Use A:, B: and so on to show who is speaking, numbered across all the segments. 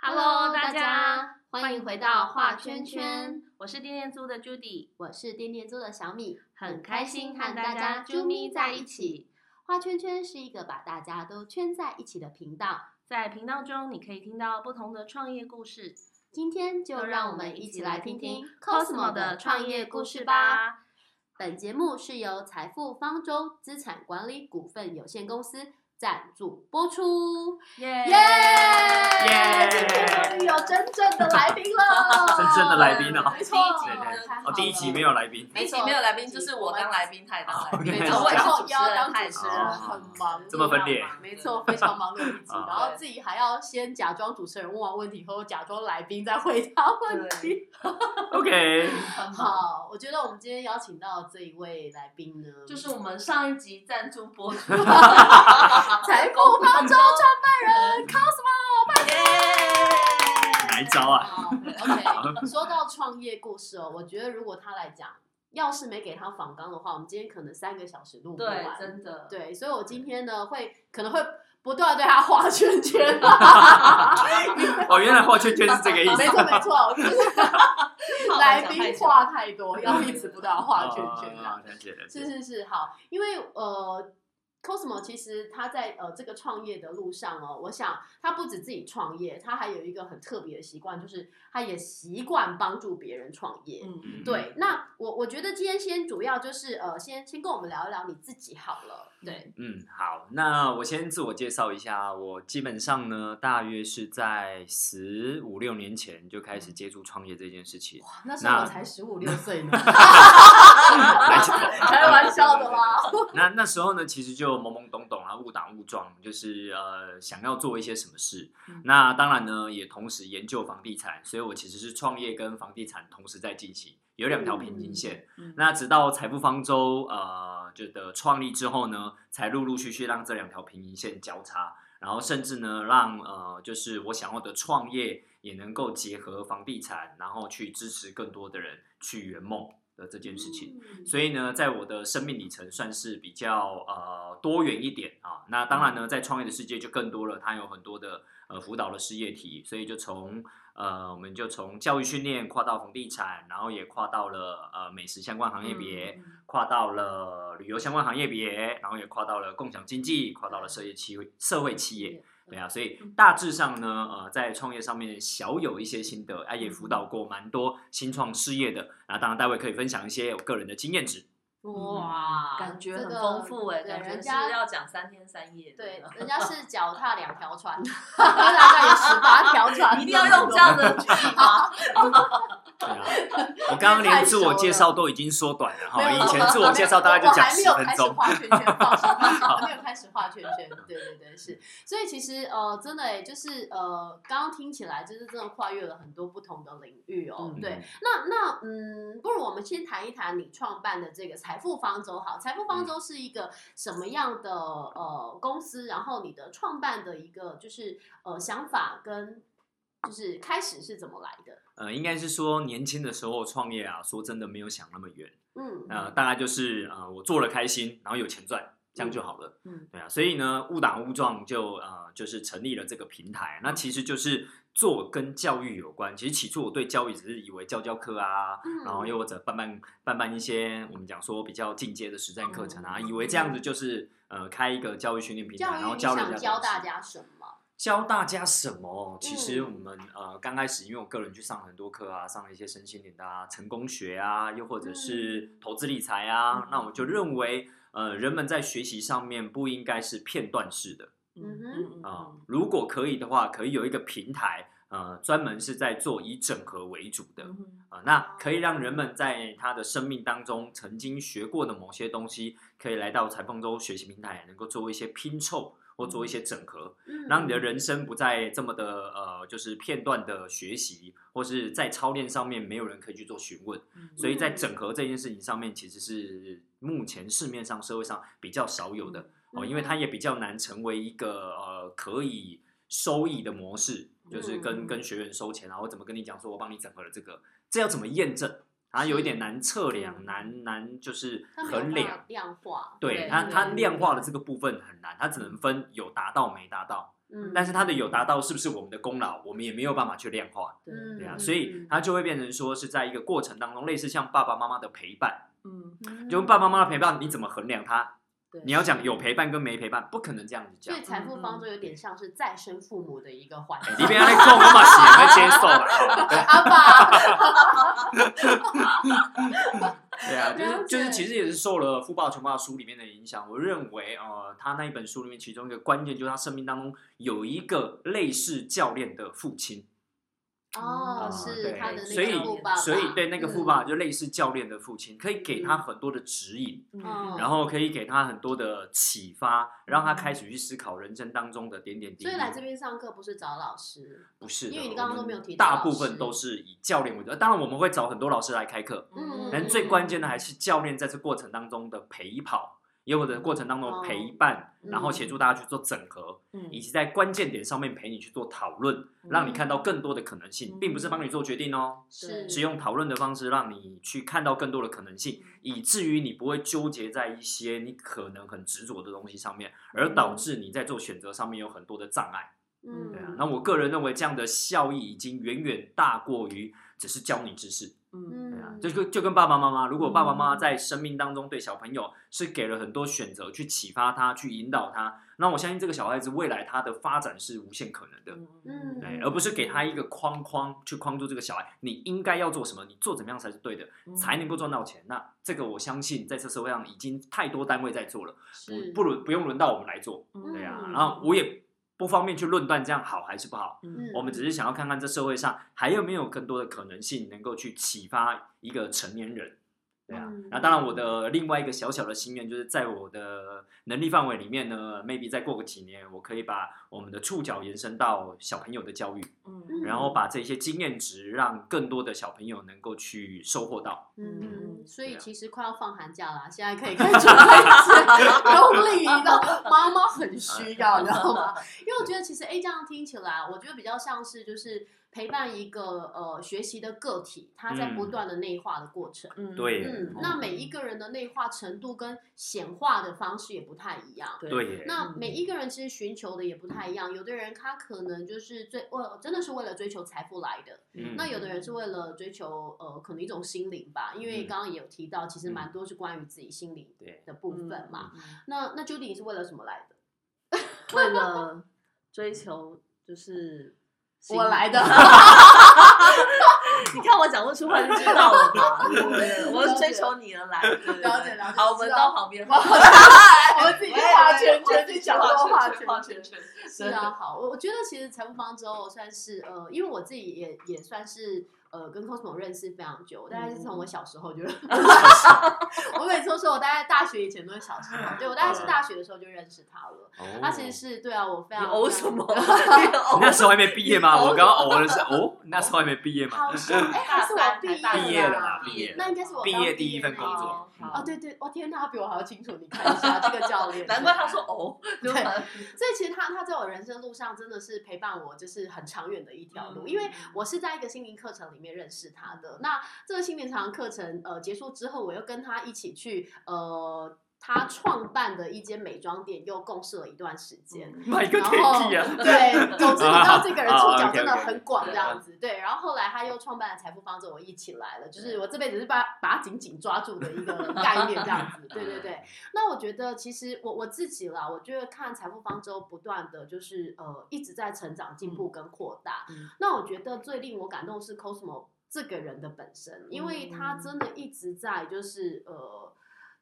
A: Hello，
B: 大
A: 大家
B: 欢迎回到画圈圈，，
A: 我是店店租的 Judy，
B: 我是点点做的小米，
A: 很开心和
B: 和
A: 大家啾
B: 啾
A: 咪
B: 咪
A: 在
B: 在
A: 一
B: 一
A: 起
B: 起。。画圈圈是一个把大家都圈在一起的频道，
A: 在频道中，你可以听到不同的创业故事，
B: 今天就让我们一起来听听 Cosmo 的创业故事吧。。本节目是由财富方舟资产管理股份有限公司赞助播出。
A: 耶
B: 耶！
C: 耶
B: 今天终于有真正的来宾了，
C: 真正的来宾哦
B: 没错，
C: 对对
B: 太好
C: 哦，第一集
B: 了
C: 没有来宾，
B: 没
D: 第一集
B: 错
D: 没有来宾，
B: 第一
D: 就
B: 集
D: 是我当来宾，他也当来宾，
C: 没
B: 没
C: 错
B: 错，
D: 然
B: 然后
D: 后
B: 又要当
D: 太
B: 主持人，
C: 忙
B: 很忙，
D: 哦
C: 这么分裂
B: 没错，非常忙的一集，
C: 啊
B: 然后自己还要先假装主持人问完问题以后，假装来宾再回答问题。
C: OK，
D: 很忙。
B: 好，我觉得我们今天邀请到这一位来宾呢，
D: 就是我们上一集赞助播出，
B: 财富方舟创办人 Cosmo，拜拜。
C: 哪一招啊？
B: 好，OK。说 到创业故事哦，我觉得如果他来讲，要是没给他访纲的话，我们今天可能三个小时录不
D: 对，
B: 完。
D: 真的，
B: 对，所以我今天呢，会可能会不断地对他画圈圈。啊
C: 哦，原来画圈圈是这个意
B: 没
C: 思。
B: 错没错， 就是
D: 怕我
B: 来
D: 讲太
B: 宾
D: 久
B: 话太多，要一直不断地画圈圈嗯啊。
C: 啊，了解了解
B: 是。是是，好，因为呃，Cosmo 其实他在呃这个创业的路上哦，我想他不止自己创业，他还有一个很特别的习惯，就是他也习惯帮助别人创业。
D: 嗯，
B: 对，那我我觉得今天先主要就是呃，先先跟我们聊一聊你自己好了。对，
C: 嗯，好，那我先自我介绍一下，我基本上呢，大约是在十五六年前就开始接触创业这件事情。嗯
B: 哇，那时候我
C: 那
B: 才十五六岁 呢，
C: 开
B: 开玩笑的 啦。
C: 那那时候呢，其实就懵懵懂懂啊，误打误撞，就是呃想要做一些什么事。
D: 嗯
C: 那当然呢，也同时研究房地产，所以我其实是创业跟房地产同时在进行，有两条平行线。
D: 嗯嗯
C: 那直到财富方舟呃就的创立之后呢，才陆陆续续让这两条平行线交叉，然后甚至呢让呃就是我想要的创业也能够结合房地产，然后去支持更多的人去圆梦的这件事情。
B: 嗯
C: 所以呢，在我的生命里程算是比较呃多元一点啊。那当然呢，在创业的世界就更多了，它有很多的呃辅导的事业体，所以就从呃我们就从教育训练跨到房地产，然后也跨到了呃美食相关行业别，
D: 嗯
C: 跨到了旅游相关行业别，然后也跨到了共享经济，跨到了社业企社会企业。对啊，所以
B: 嗯
C: 大致上呢，呃，在创业上面小有一些心得，啊，也辅
B: 嗯
C: 导过蛮多新创事业的。那当然，待会可以分享一些我个人的经验值。
D: 嗯
B: 哇，
D: 感觉
B: 这
D: 很
B: 个
D: 丰富哎，
B: 对
D: 感觉
B: 人
D: 是
B: 家
D: 要讲三天三夜的，
B: 对， 人家是脚踏两条船， 大概有十八条船，
D: 一定要用这样 的举例吗？
C: 对啊，我刚刚连自我介绍都已经缩短了哈，以前自我介绍大概就讲十分钟
B: 我。还没有开始画圈圈，放心，放心 我还没有开始画圈圈。对对对，是。所以其实呃，真的哎，就是呃，刚刚听起来就是真的跨越了很多不同的领域哦。
D: 嗯
B: 对，那那嗯，不如我们先谈一谈你创办的这个财富方舟好。财富
C: 嗯
B: 方舟是一个什么样的呃公司？然后你的创办的一个就是呃想法跟就是开始是怎么来的？
C: 呃，应该是说年轻的时候创业啊，说真的没有想那么远。
B: 嗯
C: 呃，大概就是呃，我做了开心，然后有钱赚，这样就好了。
D: 嗯，
C: 对啊，所以呢，误打误撞就呃，就是成立了这个平台。那其实就是做跟教育有关。其实起初我对教育只是以为教教课啊，
B: 嗯
C: 然后又或者办办办办一些我们讲说比较进阶的实战课程啊，以为这样子就是呃开一个教育训练平台，
B: 哦嗯教
C: 然
B: 育
C: 后
B: 你
C: 教
B: 想
C: 人家
B: 教
C: 东西
B: 大家什么？
C: 教大家什么？其实
B: 嗯
C: 我们、呃刚开始，因为我个人去上很多课啊，上了一些身心灵的啊、成功学啊，又或者是
B: 嗯
C: 投资理财啊，
D: 嗯
C: 那我就认为呃人们在学习上面不应该是片段式的
B: 嗯哼
D: 嗯
C: 啊、如果可以的话，可以有一个平台呃专门是在做以整合为主的。
D: 嗯
C: 啊、那可以让人们在他的生命当中曾经学过的某些东西，可以来到裁缝周学习平台，能够做一些拼凑或做一些整合。
B: 嗯
C: 让你的人生不再这么的呃，就是片段的学习，或是在操练上面没有人可以去做询问，
D: 嗯
C: 所以在整合这件事情上面，其实是目前市面上社会上比较少有的
B: 嗯
C: 哦，因为它也比较难成为一个呃可以收益的模式，就是跟
D: 嗯
C: 跟学员收钱，然后怎么跟你讲说我帮你整合了这个，这要怎么验证？啊，有一点难测量，
D: 嗯
C: 难难就是
B: 它没有
C: 衡
B: 办
C: 量
B: 法。量化，
C: 对
D: 对
C: 它，它
B: 对
C: 量化的这个部分很难，它只能分有达到没达到。
B: 嗯
C: 但是它的有达到是不是我们的功劳，我们也没有办法去量化，
B: 嗯
C: 对啊，
B: 嗯
C: 所以
B: 嗯
C: 它就会变成说是在一个过程当中，类似像爸爸妈妈的陪伴，
D: 嗯，
C: 就爸爸妈妈的陪伴，你怎么衡量它？
B: 对
C: 你要讲有陪伴跟没陪伴，不可能这样子
B: 所
C: 讲嗯
B: 以。财富方舟有点像是再生父母的一个环
C: 哎你
B: 节。
C: 别来讲，我嘛是会接受 啦。对
B: 阿爸，
C: 对啊，就
B: 了
C: 是
B: 解
C: 就是，其实也是受了《富爸爸穷爸爸》书里面的影响。我认为，呃，他那一本书里面其中一个关键就是他生命当中有一个类似教练的父亲
B: 哦
C: 啊，
B: 是
C: 对
B: 他的
C: 所
B: 那
C: 以
B: 个富爸爸，
C: 所以对那个富爸爸
B: 嗯
C: 就类似教练的父亲，可以给他很多的指引，
B: 嗯
C: 然后可以给他很多的启发，让他开始去思考人生当中的点点滴滴。
B: 所以来这边上课不是找老师，
C: 不是的，
B: 因为你刚刚
C: 我们
B: 都没有提到
C: 大
B: 老
C: 部分
B: 师
C: 都是以教练为主，当然我们会找很多老师来开课，
B: 嗯
C: 但最关键的还是教练在这过程当中的陪跑，也有的过程当中的陪伴，
B: 哦
C: 然后协助大家去做整合，
D: 嗯
C: 以及在关键点上面陪你去做讨论，让你
B: 嗯
C: 看到更多的可能性，
D: 嗯
C: 并不是帮你做决定哦，
B: 是
C: 是用讨论的方式让你去看到更多的可能性，以至于你不会纠结在一些你可能很执着的东西上面，而导致你在做选择上面有很多的障碍。
B: 嗯，
C: 对啊，那我个人认为这样的效益已经远远大过于只是教你知识。
D: 嗯
C: 对啊
B: 嗯，
C: 就跟就跟爸爸妈妈，如果爸爸妈妈
D: 嗯
C: 在生命当中对小朋友是给了很多选择，去启发他，去引导他，那我相信这个小孩子未来他的发展是无限可能的，
B: 嗯
C: 对，而不是给他一个框框去框住这个小孩，你应该要做什么，你做怎么样才是对的，
B: 嗯
C: 才能够赚到钱。那这个我相信在这社会上已经太多单位在做了，
B: 是
C: 不不轮不用轮到我们来做，对啊，
B: 嗯
C: 然后我也不方便去论断这样好还是不好。
B: 嗯
C: 我们只是想要看看这社会上还有没有更多的可能性能够去启发一个成年人，对啊
B: 嗯。
C: 那当然，我的另外一个小小的心愿就是在我的能力范围里面呢，maybe 再过个几年，我可以把我们的触角延伸到小朋友的教育，
D: 嗯
C: 然后把这些经验值让更多的小朋友能够去收获到。
B: 嗯，嗯，所
C: 对
B: 以
C: 啊
B: 其实快要放寒假啦，现在 可以开始开始用力，你知道妈妈很需要，你知道吗？因为我觉得其实哎，这样听起来，我觉得比较像是就是陪伴一个呃学习的个体，他在不
C: 嗯
B: 断的内化的过程。
D: 嗯
C: 对
B: 嗯
C: 哦，
B: 那每一个人的内化程度跟显化的方式也不太一样。
C: 对耶，
B: 那
D: 嗯
B: 每一个人其实寻求的也不太一样，有的人他可能就是最为真的是为了追求财富来的，
C: 嗯
B: 那有的人是为了追求呃可能一种心灵吧，因为
C: 嗯
B: 刚刚也有提到，其实
C: 嗯
B: 蛮多是关于自己心灵
C: 对，
B: 的部分嘛。
D: 嗯，
B: 那那 Judy 你是为了什么来的？
D: 为了追求就是心
B: 我来的
D: 你看我讲不出话就知道了嘛，对不对我是追求你而来的，对
B: 了解了解
D: 好，我们
B: 知
D: 到
B: 道
D: 旁边，
B: 我们自己去画圈圈，自己想
D: 画
B: 多画
D: 圈
B: 圈
D: 画
B: 圈
D: 圈。圈，
B: 是啊，好，我我觉得其实财富方舟算是呃，因为我自己也也算是呃跟 Cosmo 认识非常久，大概是
D: 嗯
B: 从我小时候就 认识我每次都说我大概大学以前都是小时候，对我大概是大学的时候就认识他了。
C: 哦
B: 他其实是对啊，我非
D: 嗯你
B: 常
D: 呕什么？
C: 你那时候还没毕业吗？
D: 你
C: 我刚刚偶的是哦，你那时候还没毕业吗？
B: 好像哎，还是我毕业
D: 大啊三
C: 毕业了
B: 啦
C: 啦，毕业
B: 那
C: 了。
B: 应该是我
C: 啊毕
B: 刚
C: 业第一份
B: 那
C: 工作
B: 年
D: 好
B: 哦，对对，我、天哪，他比我还要清楚，你看一下这个教练。
D: 难怪他说哦，对
B: 所以其实他他在我人生路上真的是陪伴我，就是很长远的一条
D: 嗯
B: 路。因为我是在一个心灵课程里面认识他的。那这个心灵长课程呃结束之后，我又跟他一起去呃他创办的一间美妆店又共事了一段时间。
D: 嗯
C: 买个
B: 然
C: K
B: 后
C: T 啊！
B: 对，总之你知道这个人触
C: 啊
B: 角
C: ，OK，OK，
B: 真的很广这样
C: 对嗯
B: 子。对，然后后来他又创办了财富方舟，我一起来了，就是我这辈子是把把他紧紧抓住的 一个概念这样子。对
C: 嗯
B: 对对。那我觉得其实我我自己啦，我觉得看财富方舟不断的就是呃一直在成长、进步跟扩大。
D: 嗯
B: 那我觉得最令我感动的是 Cosmo 这个人的本身，因为他
D: 嗯
B: 真的一直在就是呃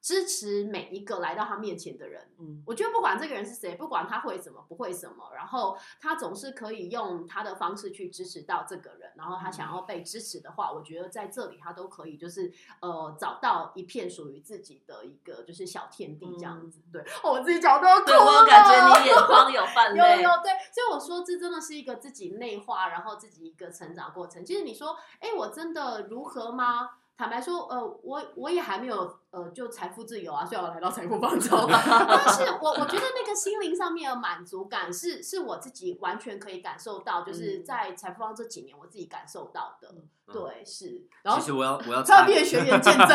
B: 支持每一个来到他面前的人。
D: 嗯
B: 我觉得不管这个人是谁，不管他会什么不会什么，然后他总是可以用他的方式去支持到这个人，然后他
D: 嗯
B: 想要被支持的话，我觉得在这里他都可以就是呃找到一片属于自己的一个就是小天地这样子。对、哦， 我自己讲都要哭
D: 嗯对我
B: 了
D: 有感觉你眼
B: 哦
D: 眶有泛
B: 有
D: 泪
B: 有，对，所以我说这真的是一个自己内化，然后自己一个成长过程。其实你说，哎，我真的如何吗？坦白说，呃，我我也还没有呃，就财富自由啊，虽然我来到财富方 舟，但是我我觉得那个心灵上面的满足感是是我自己完全可以感受到，就是
D: 嗯
B: 在财富方舟这几年我自己感受到的，
C: 嗯
B: 对，是。然
C: 其
B: 后
C: 实我要我要
B: 差
C: 插
B: 毕业学员见证啊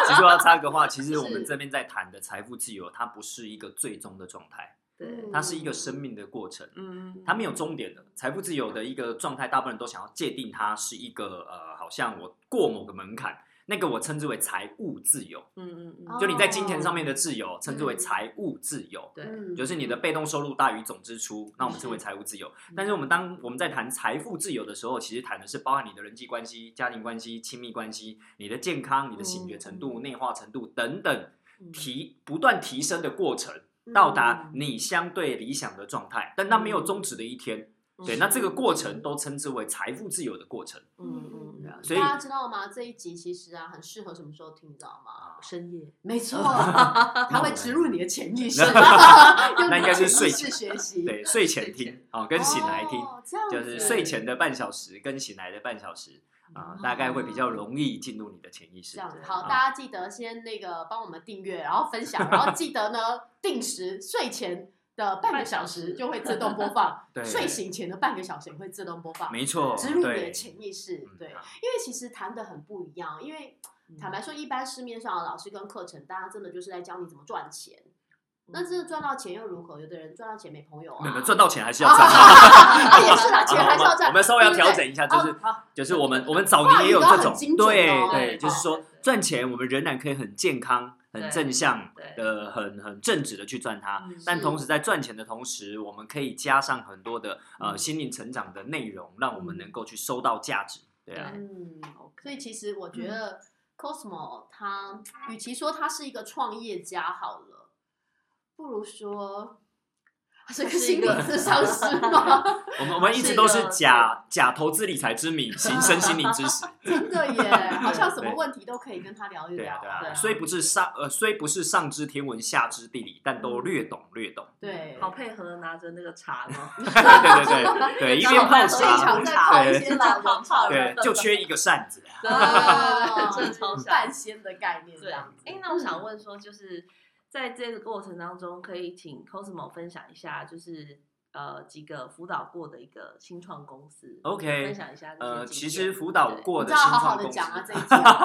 B: 了，
C: 其实我要插个话，其实我
B: 是
C: 们这边在谈的财富自由，它不是一个最终的状态，
D: 对，
C: 它是一个生命的过程，
D: 嗯，
C: 它没有终点的。财富自由的一个状态，大部分人都想要界定它是一个呃，好像我过某个门槛，那个我称之为财务自由，
D: 嗯嗯
B: 哦
D: 嗯，
C: 就你在金钱上面的自由，称之为财务自由。
D: 哦对，
B: 嗯
C: 就是你的被动收入大于总支出，那我们称为财务自由。
B: 嗯
D: 嗯
C: 但是我们当我们在谈财富自由的时候，其实谈的是包含你的人际关系、家庭关系、亲密关系、你的健康、你的醒觉程
B: 哦
C: 度、
D: 嗯
C: 内化程度等等
D: 嗯
C: 提不断提升的过程，到达
B: 嗯
C: 你相对理想的状态，但它没有终止的一天。
B: 哦
C: 对，
D: 嗯
C: 那这个过程都称之为财富自由的过程。
D: 嗯嗯嗯，
C: 所以
B: 大家知道吗？这一集其实啊，很适合什么时候听，你知道吗？
C: 啊
D: 深夜，
B: 没 错，它会植入你的潜意识，用你的
C: 那应该
B: 潜
C: 是睡
B: 意识学习，
C: 对，睡前听啊、哦，跟醒来听，
B: 嗯哦，这样子
C: 就是睡前的半小时跟醒来的半小时啊、大概会比较容易进入你的潜意
B: 哦这。
C: 识
B: 样子。
D: 对
B: 好，
C: 啊
B: 大家记得先那个帮我们订阅，然后分享，然后记得呢定时睡前的半个小时就会自动播放，
C: 对
B: 睡醒前的半个小时也会自动播放，
C: 没错，
B: 植入你的
C: 对
B: 潜意识。
C: 嗯
B: 对，
C: 好嗯
B: 因为其实谈的很不一样，因为
D: 嗯
B: 坦白说，一般市面上的老师跟课程，大家真的就是在教你怎么赚钱。
C: 嗯
B: 那真的赚到钱又如何？有的人赚到钱没朋友啊，
C: 没有没有赚到钱还是要
B: 啊
C: 赚。
B: 啊也是啦，钱还是要
C: 我
B: 赚。
C: 们稍微要
B: 对不对
C: 调整一下，就是
B: 哦好
C: 就是我们我们早年也有这
B: 话语都
C: 种
B: 很精，准哦
C: 对
B: 对
C: 对，就是
D: 对
C: 说
D: 对
C: 赚钱，我们仍然可以很健康、很
D: 对
C: 正向
D: 对
C: 的、很很正直的去赚它
D: 嗯，
C: 但
B: 是
C: 同时在赚钱的同时，我们可以加上很多的呃
D: 嗯
C: 心灵成长的内容，让我们
D: 嗯
C: 能够去收到价值，对啊，
B: 嗯，所
D: OK，
B: 以其实我觉得 Cosmo 他，与其说他是一个创业家好了，不如说他是个
D: 是一
B: 心理
D: 个
B: 咨商师吗？
C: 我们我们一直都
D: 是一
C: 是
D: 个
C: 假假投资理财之名，行身心灵知识，
B: 真的耶，好像什么
C: 对
B: 问题都可以跟他聊一
C: 对啊
B: 聊。
C: 对
D: 对啊
C: 啊，虽不是上呃虽不是上知天文下知地理，但都略懂略懂，
B: 对
D: 好配合拿着那个茶吗？
C: 对对 对对， 一边泡
B: 现
C: 茶
B: 场在泡一
C: 对
B: 些老人泡的
C: 对，就缺一个扇子。
D: 对
B: 哦
D: 真的超想
B: 半仙的概念这
D: 对
B: 样
D: 啊
B: 子。，
D: 嗯哎，那我想问说，就是在这个过程当中，可以请 Cosmo 分享一下，就是呃几个辅导过的一个新创公司
C: OK，
D: 分享一下这些
C: 呃，
D: 经
C: 其
D: 验
C: 实辅导
D: 对
C: 过
B: 你
C: 的
B: 知
C: 新
B: 道好
C: 创
B: 好
C: 公
B: 的
C: 司，
B: 讲啊，这一集好不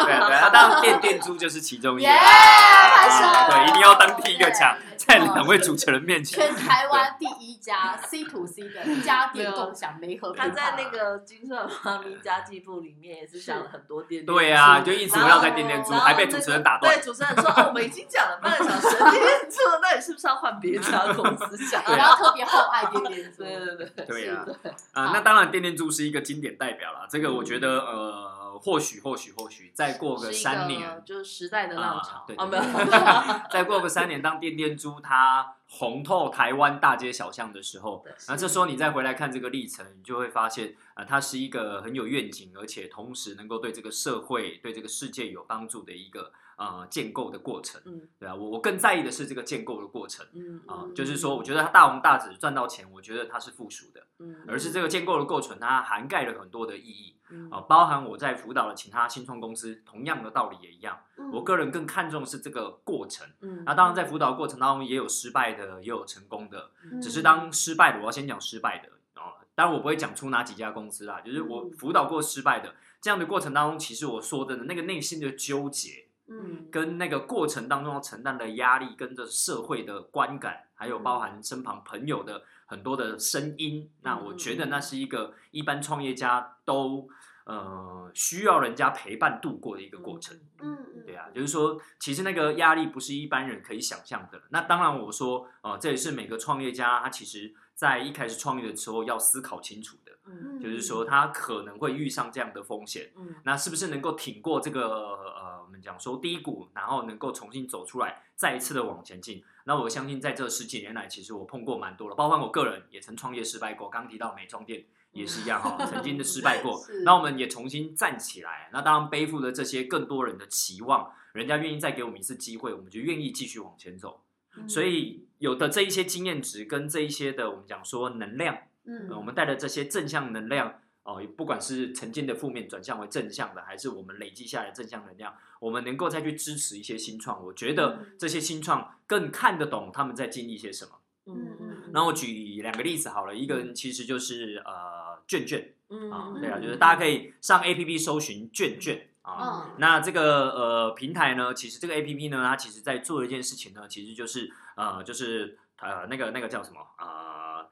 B: 好
C: 对啊对啊，当然电电珠就是其中一个
B: 耶，
C: 啊，
B: 拍手！
C: 对，一定要当第一个讲，
B: 对
C: 在
B: 没错
C: 两位主持人面前，
B: 全台湾第一家 C to C 的家电共享媒合品
D: 他
B: 牌，
D: 在那个金算妈咪家计部里面也是讲了很多电电
C: 对啊，
D: 猪
C: 就一直
D: 然后
C: 围绕在电电珠，
B: 啊
D: 然后
C: 还被
D: 那
C: 主
D: 个
C: 持人打断
D: 对，，主持人说：“哦，我们已经讲了半个小时了，今天做了，那你是不是要换别家公司讲？”
C: 对
B: 然后特别厚爱点点 猪。
D: 对对对
C: 对啊
D: 是的
C: 啊，那当然电电珠是一个经典代表啦，这个我觉得
B: 嗯
C: 呃，或许或许或许再过
D: 是
C: 个
D: 一
C: 三年，
D: 就是时代的浪潮
C: 啊对
D: 哦，没
C: 对
D: 有，
C: 再过个三年，当电电猪它红透台湾大街小巷的时候
D: 对，
C: 那这时候你再回来看这个历程，你就会发现，啊、它是一个很有愿景，而且同时能够对这个社会、对这个世界有帮助的一个呃建构的过程，
D: 嗯
C: 对啊，我我更在意的是这个建构的过程
D: 嗯
C: 啊、
B: 嗯
C: 就是说，我觉得它大红大紫赚到钱，我觉得它是附属的，
D: 嗯
C: 而是这个建构的过程，它涵盖了很多的意义
D: 嗯
C: 啊、包含我在辅导的其他新创公司，同样的道理也一样，
B: 嗯
C: 我个人更看重是这个过程。
D: 嗯
C: 那当然，在辅导过程当中也有失败的，也有成功的。
B: 嗯
C: 只是当失败的，我要先讲失败的哦。当然，我不会讲出哪几家公司啦，就是我
B: 嗯
C: 辅导过失败的这样的过程当中，其实我说真的那个内心的纠结，
B: 嗯
C: 跟那个过程当中要承担的压力，跟着社会的观感，还有
B: 嗯
C: 包含身旁朋友的很多的声音，那我觉
B: 嗯
C: 得那是一个一般创业家都呃需要人家陪伴度过的一个过程。
B: 嗯嗯，
C: 对啊，就是说，其实那个压力不是一般人可以想象的。那当然，我说，呃，这也是每个创业家他其实在一开始创业的时候要思考清楚的，
D: 嗯
C: 就是说他可能会遇上这样的风险，
D: 嗯
C: 那是不是能够挺过这个呃，我们讲说低谷，然后能够重新走出来，再一次的往前进？那我相信在这十几年来，其实我碰过蛮多了，包括我个人也曾创业失败过，刚提到美妆 店。也是一样哈、曾经的失败过
B: 是，
C: 那我们也重新站起来。那当然背负了这些更多人的期望，人家愿意再给我们一次机会，我们就愿意继续往前走。
B: 嗯
C: 所以有的这一些经验值跟这一些的我们讲说能量，
B: 嗯
C: 呃我们带着这些正向能量哦、不管是曾经的负面转向为正向的，还是我们累积下来的正向能量，我们能够再去支持一些新创。我觉得
B: 嗯
C: 这些新创更看得懂他们在经历些什么。
D: 嗯
C: 那我举两个例子好了，一个人其实就是呃卷卷
D: 嗯
C: 啊、
D: 嗯
C: 对啊，
B: 嗯
C: 就是大家可以上 APP 搜寻卷卷啊、
D: 哦
B: 嗯
C: 那这个呃平台呢，其实这个 A P P 呢，它其实在做的一件事情呢，其实就是呃，就是呃那个那个叫什么呃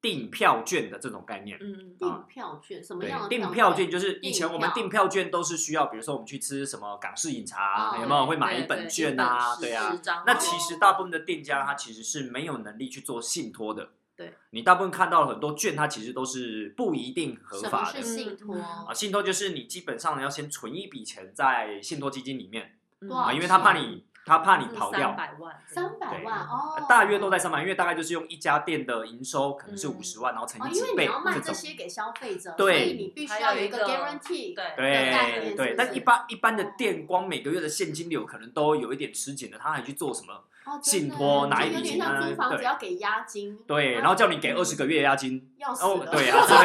C: 订票券的这种概念。
D: 嗯，
B: 订票券什么
C: 啊对
B: 样，的
C: 订票券就是以前我们
B: 订
C: 订票券都是需要，比如说我们去吃什么港式饮茶，啊
B: 哦
C: 有没有
D: 对
C: 会买
D: 对
C: 一本
D: 对
C: 券
B: 本
C: 啊？
B: 是
C: 对啊
B: 是，哦
C: 那其实大部分的店家他其实是没有能力去做信托的。
D: 对，
C: 你大部分看到很多券，它其实都是不一定合
B: 什么
C: 法
B: 是
C: 的。
B: 信托？
C: 啊，信托就是你基本上要先存一笔钱在信托基金里面
D: 嗯
B: 多少
C: 啊，因为他怕你他怕你跑掉
D: 三，百万，
B: 三百万哦
C: 呃，大约都在三百，因为大概就是用一家店的营收可能是五十万，然后乘
B: 哦，
C: 以
B: 因
C: 几
B: 为你
C: 倍
B: 要卖
C: 这
B: 这
C: 种。
B: 些给消费者，所
C: 对
B: 以你必须要有一个
D: 还有一个
B: guarantee。
D: 对
B: 的概念是
C: 对
B: 不
C: 对
B: 是，
C: 但一般一般的店光每个月的现金流可能都有一点吃紧的，他还去做什么？
B: 哦，真的
C: 信托拿一
B: 就有
C: 笔
B: 点
C: 钱
B: 像租房子
C: 对
B: 要给押金，嗯
C: 对，然后叫你给二十个月押金，
B: 要啊死
C: 哦
B: 了，，
C: 对啊之类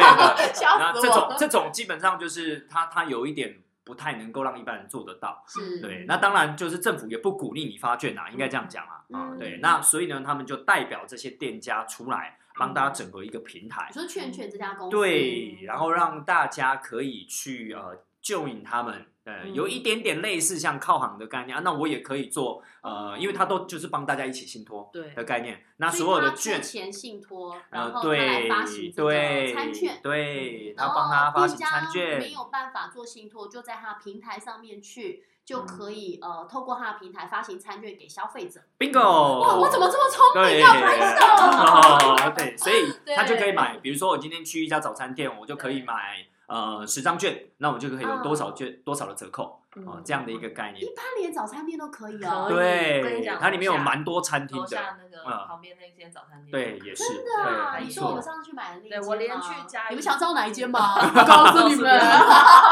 C: 的。
B: 吓
C: 那
B: 死我
C: 这种这种基本上就是他他有一点不太能够让一般人做得到。
B: 是
C: 对，那当然就是政府也不鼓励你发券啊，应该这样讲啊。啊、
B: 嗯
C: 对，那所以呢，他们就代表这些店家出来帮大家整合一个平台
B: 你，说劝劝这家公司，
C: 对，然后让大家可以去呃救引他们。呃，
D: 嗯
C: 有一点点类似像靠行的概念、啊，那我也可以做，呃，因为他都就是帮大家一起信托
D: 对
C: 的概念，那
B: 所以
C: 所有的
B: 他出
C: 券，
B: 钱信托，然
C: 呃，
B: 后他来
C: 对
B: 发行这个
C: 对
B: 餐券。
C: 对，
B: 然后
C: 然后帮他发行
B: 店家
C: 餐券，
B: 没有办法做信托，就在他平台上面去，就
C: 嗯
B: 可以、呃，透过他的平台发行餐券给消费者。
C: bingo！
B: 哇，我怎么这么聪
C: 哦对，
B: 明啊？拍
C: 哦，对，所以
D: 对
C: 他就可以买，比如说我今天去一家早餐店，我就可以
D: 对
C: 买呃十张券，那我就可以有
B: 嗯
C: 多少券多少的折扣哦
D: 嗯，
C: 这样的一个概念
B: 一。般连早餐店都可以哦。
D: 可以我跟
C: 对
D: 你讲，
C: 它里面有
D: 楼下
C: 蛮多餐厅
D: 楼下
C: 的，
D: 那个
C: 嗯
D: 旁边那间早餐店，
C: 对，也是，
B: 真的啊！
C: 对，
B: 你
C: 没
B: 说我
C: 错
B: 们，上次去买的那一
D: 对
B: 间
D: 我连
B: 吗
D: 去加一
B: 你们想知道哪一 间吗？我告诉你们，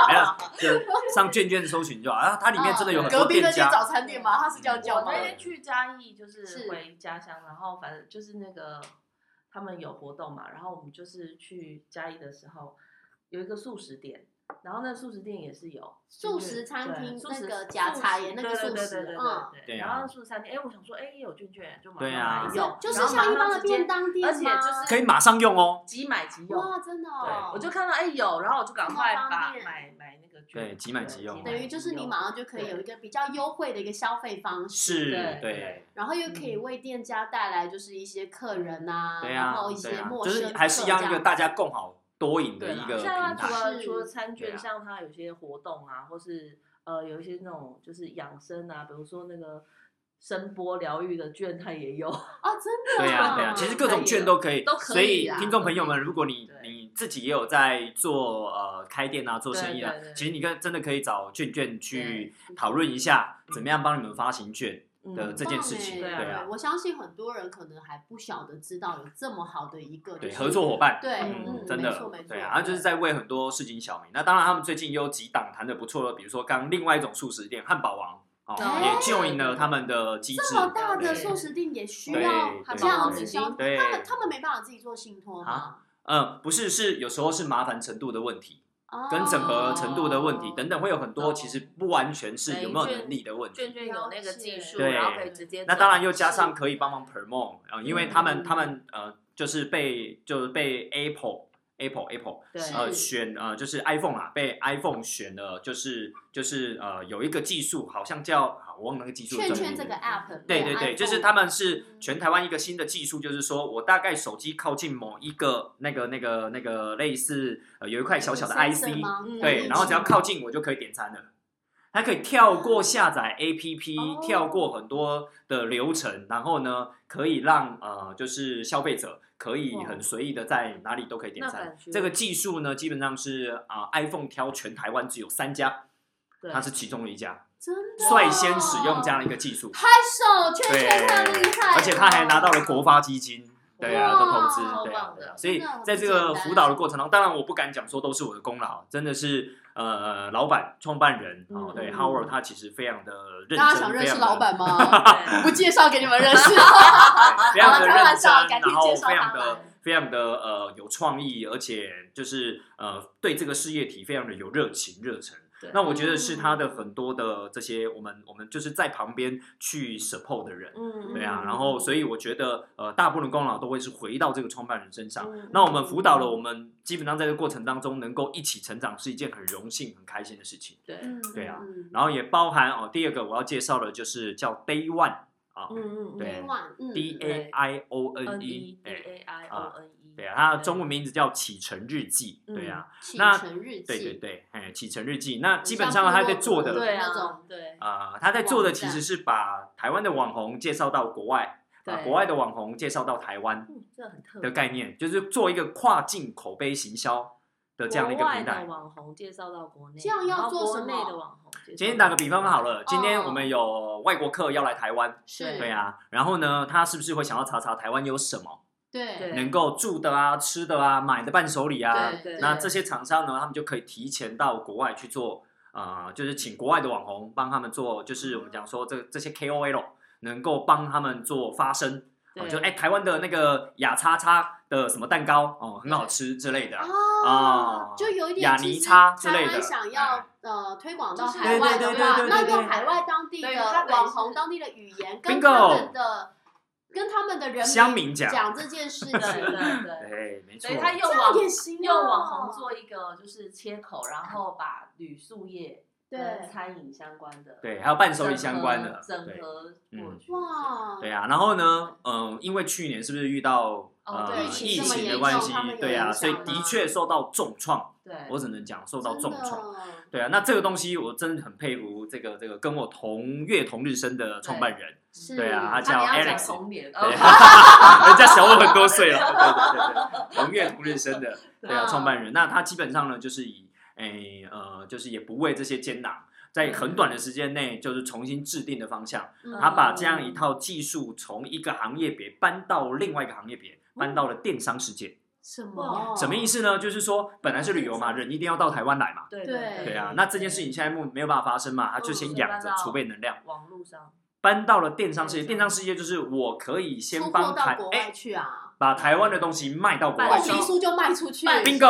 C: 没有，就上券券搜寻就好。然啊后它里面真的有 很
B: 嗯隔
C: 多
B: 壁那
C: 店
B: 间
C: 家，
B: 早餐店 吗？他是这样叫
D: 我
B: 吗？
D: 那天去嘉义就是
B: 是
D: 回家乡，然后反正就是那个他们有活动嘛，然后我们就是去嘉义的时候有一个素食店，然后那素食店也是有
B: 素
D: 就是
B: 食餐
D: 对
B: 厅
D: 素
B: 那
D: 食
B: 个假茶
D: 素食
B: 耶那个
D: 对对
B: 素
D: 对
B: 食
D: 对对
B: 嗯
D: 对
C: 对
D: 对，
C: 啊
D: 然后素食餐厅，哎，我想说，哎，也有券券，就马上
C: 对啊
D: 买
C: 有
D: 用，
B: 就是
D: 然后
B: 像一
D: 马
B: 般
D: 上
B: 的
D: 直接
B: 便当店
D: 而且
B: 吗
D: 就是
C: 可以马上用哦。
D: 即买即用，
B: 哇，真的哦
D: 对，，我就看到哎有，然后我就赶快
B: 这么方
D: 把
B: 便
D: 买买那个券，
C: 对即买即用
B: 等于就是你马上就可以有一个比较优惠的一个消费方式，
C: 是
D: 对，
C: 对，
B: 然后又可以为店家带来就是一些客人呐、
C: 对
B: 然
C: 啊
B: 后一，
C: 对
B: 些
C: 啊，
B: 陌
C: 就
B: 生
C: 是
B: 客
C: 还是一样一
B: 这
C: 个
B: 样
C: 大家共好多赢的
D: 对
C: 一
D: 啦
C: 个
D: 现在它
C: 平台
D: 除。了
B: 是
D: 除了餐券，
C: 对啊
D: 像它有些活动啊，或是呃有一些那种就是养生啊，比如说那个声波疗愈的券，它也有。
B: 哦，真的、
C: 对啊，对啊，其实各种券都可以，
D: 都可以
C: 所以
D: 啦
C: 听众朋友们，如果你
D: 对
C: 你自己也有在做呃开店啊，做生意啊
D: 对对对，
C: 其实你跟真的可以找券券去讨论一下，怎么样帮你们发行券的
D: 嗯
C: 这件事情，
B: 棒
C: 对
B: 欸
D: 对啊
C: 啊，
B: 我相信很多人可能还不晓得知道有这么好的一个、就
C: 对
B: 是
C: 合作伙伴。
B: 对，
D: 嗯
B: 嗯，
C: 真
B: 没错
C: 的
B: 没，错，
C: 对啊，然后就是在为很多事情小明。那当然，他们最近也有几档谈的不错的，比如说刚另外一种素食店汉堡王哦，
D: 对
C: 也救引了他们的机
B: 这
C: 制
B: 么大的
C: 对
B: 素食店也需
C: 对
B: 要
C: 对
B: 这样子
D: 对
B: 消，
C: 对
B: 他们他们没办法自己做信托吗？
C: 嗯，不是，是有时候是麻烦程度的问题，
B: 哦
C: 跟整合程度的问题
D: 哦
C: 等等，会有很多其实不完全是有没有能力的问
D: 券
C: 题。
D: 券有那个技术，
C: 对
D: 然后可以直接。
C: 那当然又加上可以帮忙 promote 啊、因为他们、
D: 嗯
C: 他们呃就是被就是被 Apple Apple Apple
D: 对
B: 是
C: 呃选呃就是 iPhone 啊，被 iPhone 选了，就是就是呃有一个技术好像叫啊我忘了那个技术的
B: 圈
C: 专
B: 圈
C: 业
B: 这
C: 名
B: 个
C: 字。
B: app，
C: 对对对，就是他们是
B: 嗯
C: 全台湾一个新的技术，就是说我大概手机靠近某一个那个那个那个类似呃有一块小小的 IC，
D: 嗯
C: 对，然后只要靠近我就可以点餐了。它可以跳过下载 APP，、
B: 哦
C: 跳过很多的流程，然后呢，可以让呃，就是消费者可以
D: 哇
C: 很随意的在哪里都可以点
D: 那
C: 餐
D: 感觉。
C: 这个技术呢，基本上是啊、i p h o n e 挑全台湾只有三家，
D: 对
C: 它是其中的一家
B: 真的哦
C: 率先使用这样的一个技术，
B: 拍手， 圈圈太厉害了，
C: 而且他还拿到了国发基金。对啊，
B: 哇
C: 的投资
B: 超，
C: 对啊
D: 棒，的
C: 对啊所以
B: 真的很
C: 在这个
B: 不简单
C: 辅导的过程当中，当然我不敢讲说都是我的功劳，真的是呃，老板、创办人
D: 嗯
C: 哦，对
D: 嗯
C: ，Howard 他其实非常的认
B: 大家
C: 真，
B: 想
C: 非
B: 认识
C: 常
B: 老
C: 的
B: 板 吗？
D: 对
B: 不介绍给你们认识，
C: 对 非常的
B: 好了开
C: 认
B: 玩
C: 真，
B: 笑改天
C: 然后
B: 介绍
C: 非常
B: 他
C: 的
B: 来
C: 非常的呃有创意，而且就是呃对这个事业体非常的有热情热忱
D: 对。
C: 那我觉得
B: 嗯
C: 是他的很多的这些我们我们就是在旁边去 support 的人，
D: 嗯，
C: 对啊，然后所以我觉得，呃，大部分的功劳都会是回到这个创办人身上。
D: 嗯
C: 那我们辅导了，我们基本上在这个过程当中能够一起成长，是一件很荣幸、很开心的事情。
D: 对，
B: 嗯
C: 对啊
B: 嗯
C: 然后也包含哦，第二个我要介绍的就是叫 Day One 啊
D: 嗯嗯，
C: 对
D: 嗯
B: 万嗯，
C: ，D
B: 嗯
C: A I O
D: ，N
C: N
D: E
C: E，
D: D
C: 哎，
D: A I
C: 啊
D: O N E，
C: 对啊，它的中文名字叫《启程日记》，对啊，
B: 启
C: 那
B: 程日记，
C: 对对对，哎，《启程日记》，那基本
B: 像
C: 上
B: 部
C: 他
B: 落
C: 在
B: 格
C: 做的，
D: 对
B: 那
D: 啊
B: 种，
D: 对
C: 啊，他在做的
B: 网
C: 其实
B: 站
C: 是把台湾的网红介绍到国外，把
D: 对
C: 国外的网红介绍到台湾
D: 嗯，这很特别
C: 的概念，就是做一个跨境口碑行销的这样的一个
D: 国外
C: 平台
D: 的。网红介绍到国内，
B: 这样要
D: 然后
B: 做
D: 国
B: 什
D: 内
B: 么
D: 的网红介绍到国内。
C: 今天打个比方好了，今天
B: 哦
C: 我们有外国客要来台湾，
B: 是，
C: 对啊，然后呢，他是不是会想要查查台湾有什么
B: 对
D: 对
C: 能够住的啊、吃的啊、买的伴手礼啊？
B: 对对，
C: 那这些厂商呢，他们就可以提前到国外去做，啊，就是请国外的网红帮他们做，就是我们讲说这这些 KOL 能够帮他们做发声，啊、
D: 对
C: 就哎、台湾的那个雅叉叉的什么蛋糕哦、很好吃之类的，
B: 啊
C: 啊，
B: 就有一点
C: 雅
B: 其
C: 尼
B: 实
C: 叉之
B: 台
C: 类
B: 湾
C: 的
B: 想
C: 哎
B: 要呃推广到
D: 就是
B: 海外的
C: 对对对
B: 话，
C: 对对
B: 那
C: 对
B: 用
C: 对
B: 海外当地
D: 对
B: 的
D: 它等于
B: 网
D: 是
B: 红当地的语言跟
C: Bingo
B: 他们的跟他们的人
C: 乡
B: 民
C: 民讲
B: 讲这件事
D: 对
B: 情，
D: 对对，
C: 对，没错
D: 所以，他用
B: 这
D: 网
B: 样也行
D: 用网
B: 哦
D: 红做一个就是切口，然后把旅宿业跟
B: 对，
D: 餐饮相关的
C: 对，还有伴手
D: 整
C: 礼
D: 合
C: 相关的，
D: 整
C: 对
D: 合过
C: 嗯
D: 去。
B: 哇，
C: 对啊，然后呢，嗯、因为去年是不是遇到
D: 哦
C: 呃
D: 对
C: 疫
D: 疫情这么
C: 情的
D: 严
C: 关
B: 重
C: 系
B: 他们，有
C: 对
B: 影响
C: 啊，所以
B: 吗
C: 的确受到重创，
D: 对，
C: 我只能讲受
B: 真
C: 到
B: 的
C: 重
D: 哦
C: 创。对啊，那这个东西我真的很佩服这个这个跟我同月同日生的创办人，
B: 是
C: 对啊他
D: 差点
C: 叫
D: 要讲
C: Alex
D: 童年，
C: 对，
D: 哦
C: 人家小我很 多岁了，对对对对，同月同日生的对啊
B: 嗯
C: 创办人，那他基本上呢就是以诶呃就是也不畏这些艰难，在
D: 嗯
C: 很短的时间内就是重新制定的方向，
B: 嗯
C: 他把这样一套技术从一个行业别搬到另外一个行业别，搬到了电商世界，
B: 什
D: 哇
B: 么
C: 什么意
B: 思？
C: 思呢？就是说本来是旅游嘛，人一定要到台湾来嘛。
D: 对
B: 对
C: 对啊，那这件事情现在目没有办法发生嘛，他就
B: 嗯
C: 先
D: 先
C: 养
D: 搬
C: 着
D: 到
C: 储备能量，
D: 网络上
C: 搬到了电商世界。电
D: 电
C: 商
D: 商
C: 世界就是我可以先
B: 出货到
C: 帮台
B: 国
C: 哎
B: 外去啊，
C: 把台湾的东西卖到国
D: 哎
C: 外
B: 凤
C: 去
D: 半
B: 梨
D: 销
B: 酥就卖出去
D: 半
B: 好酷
C: ，bingo。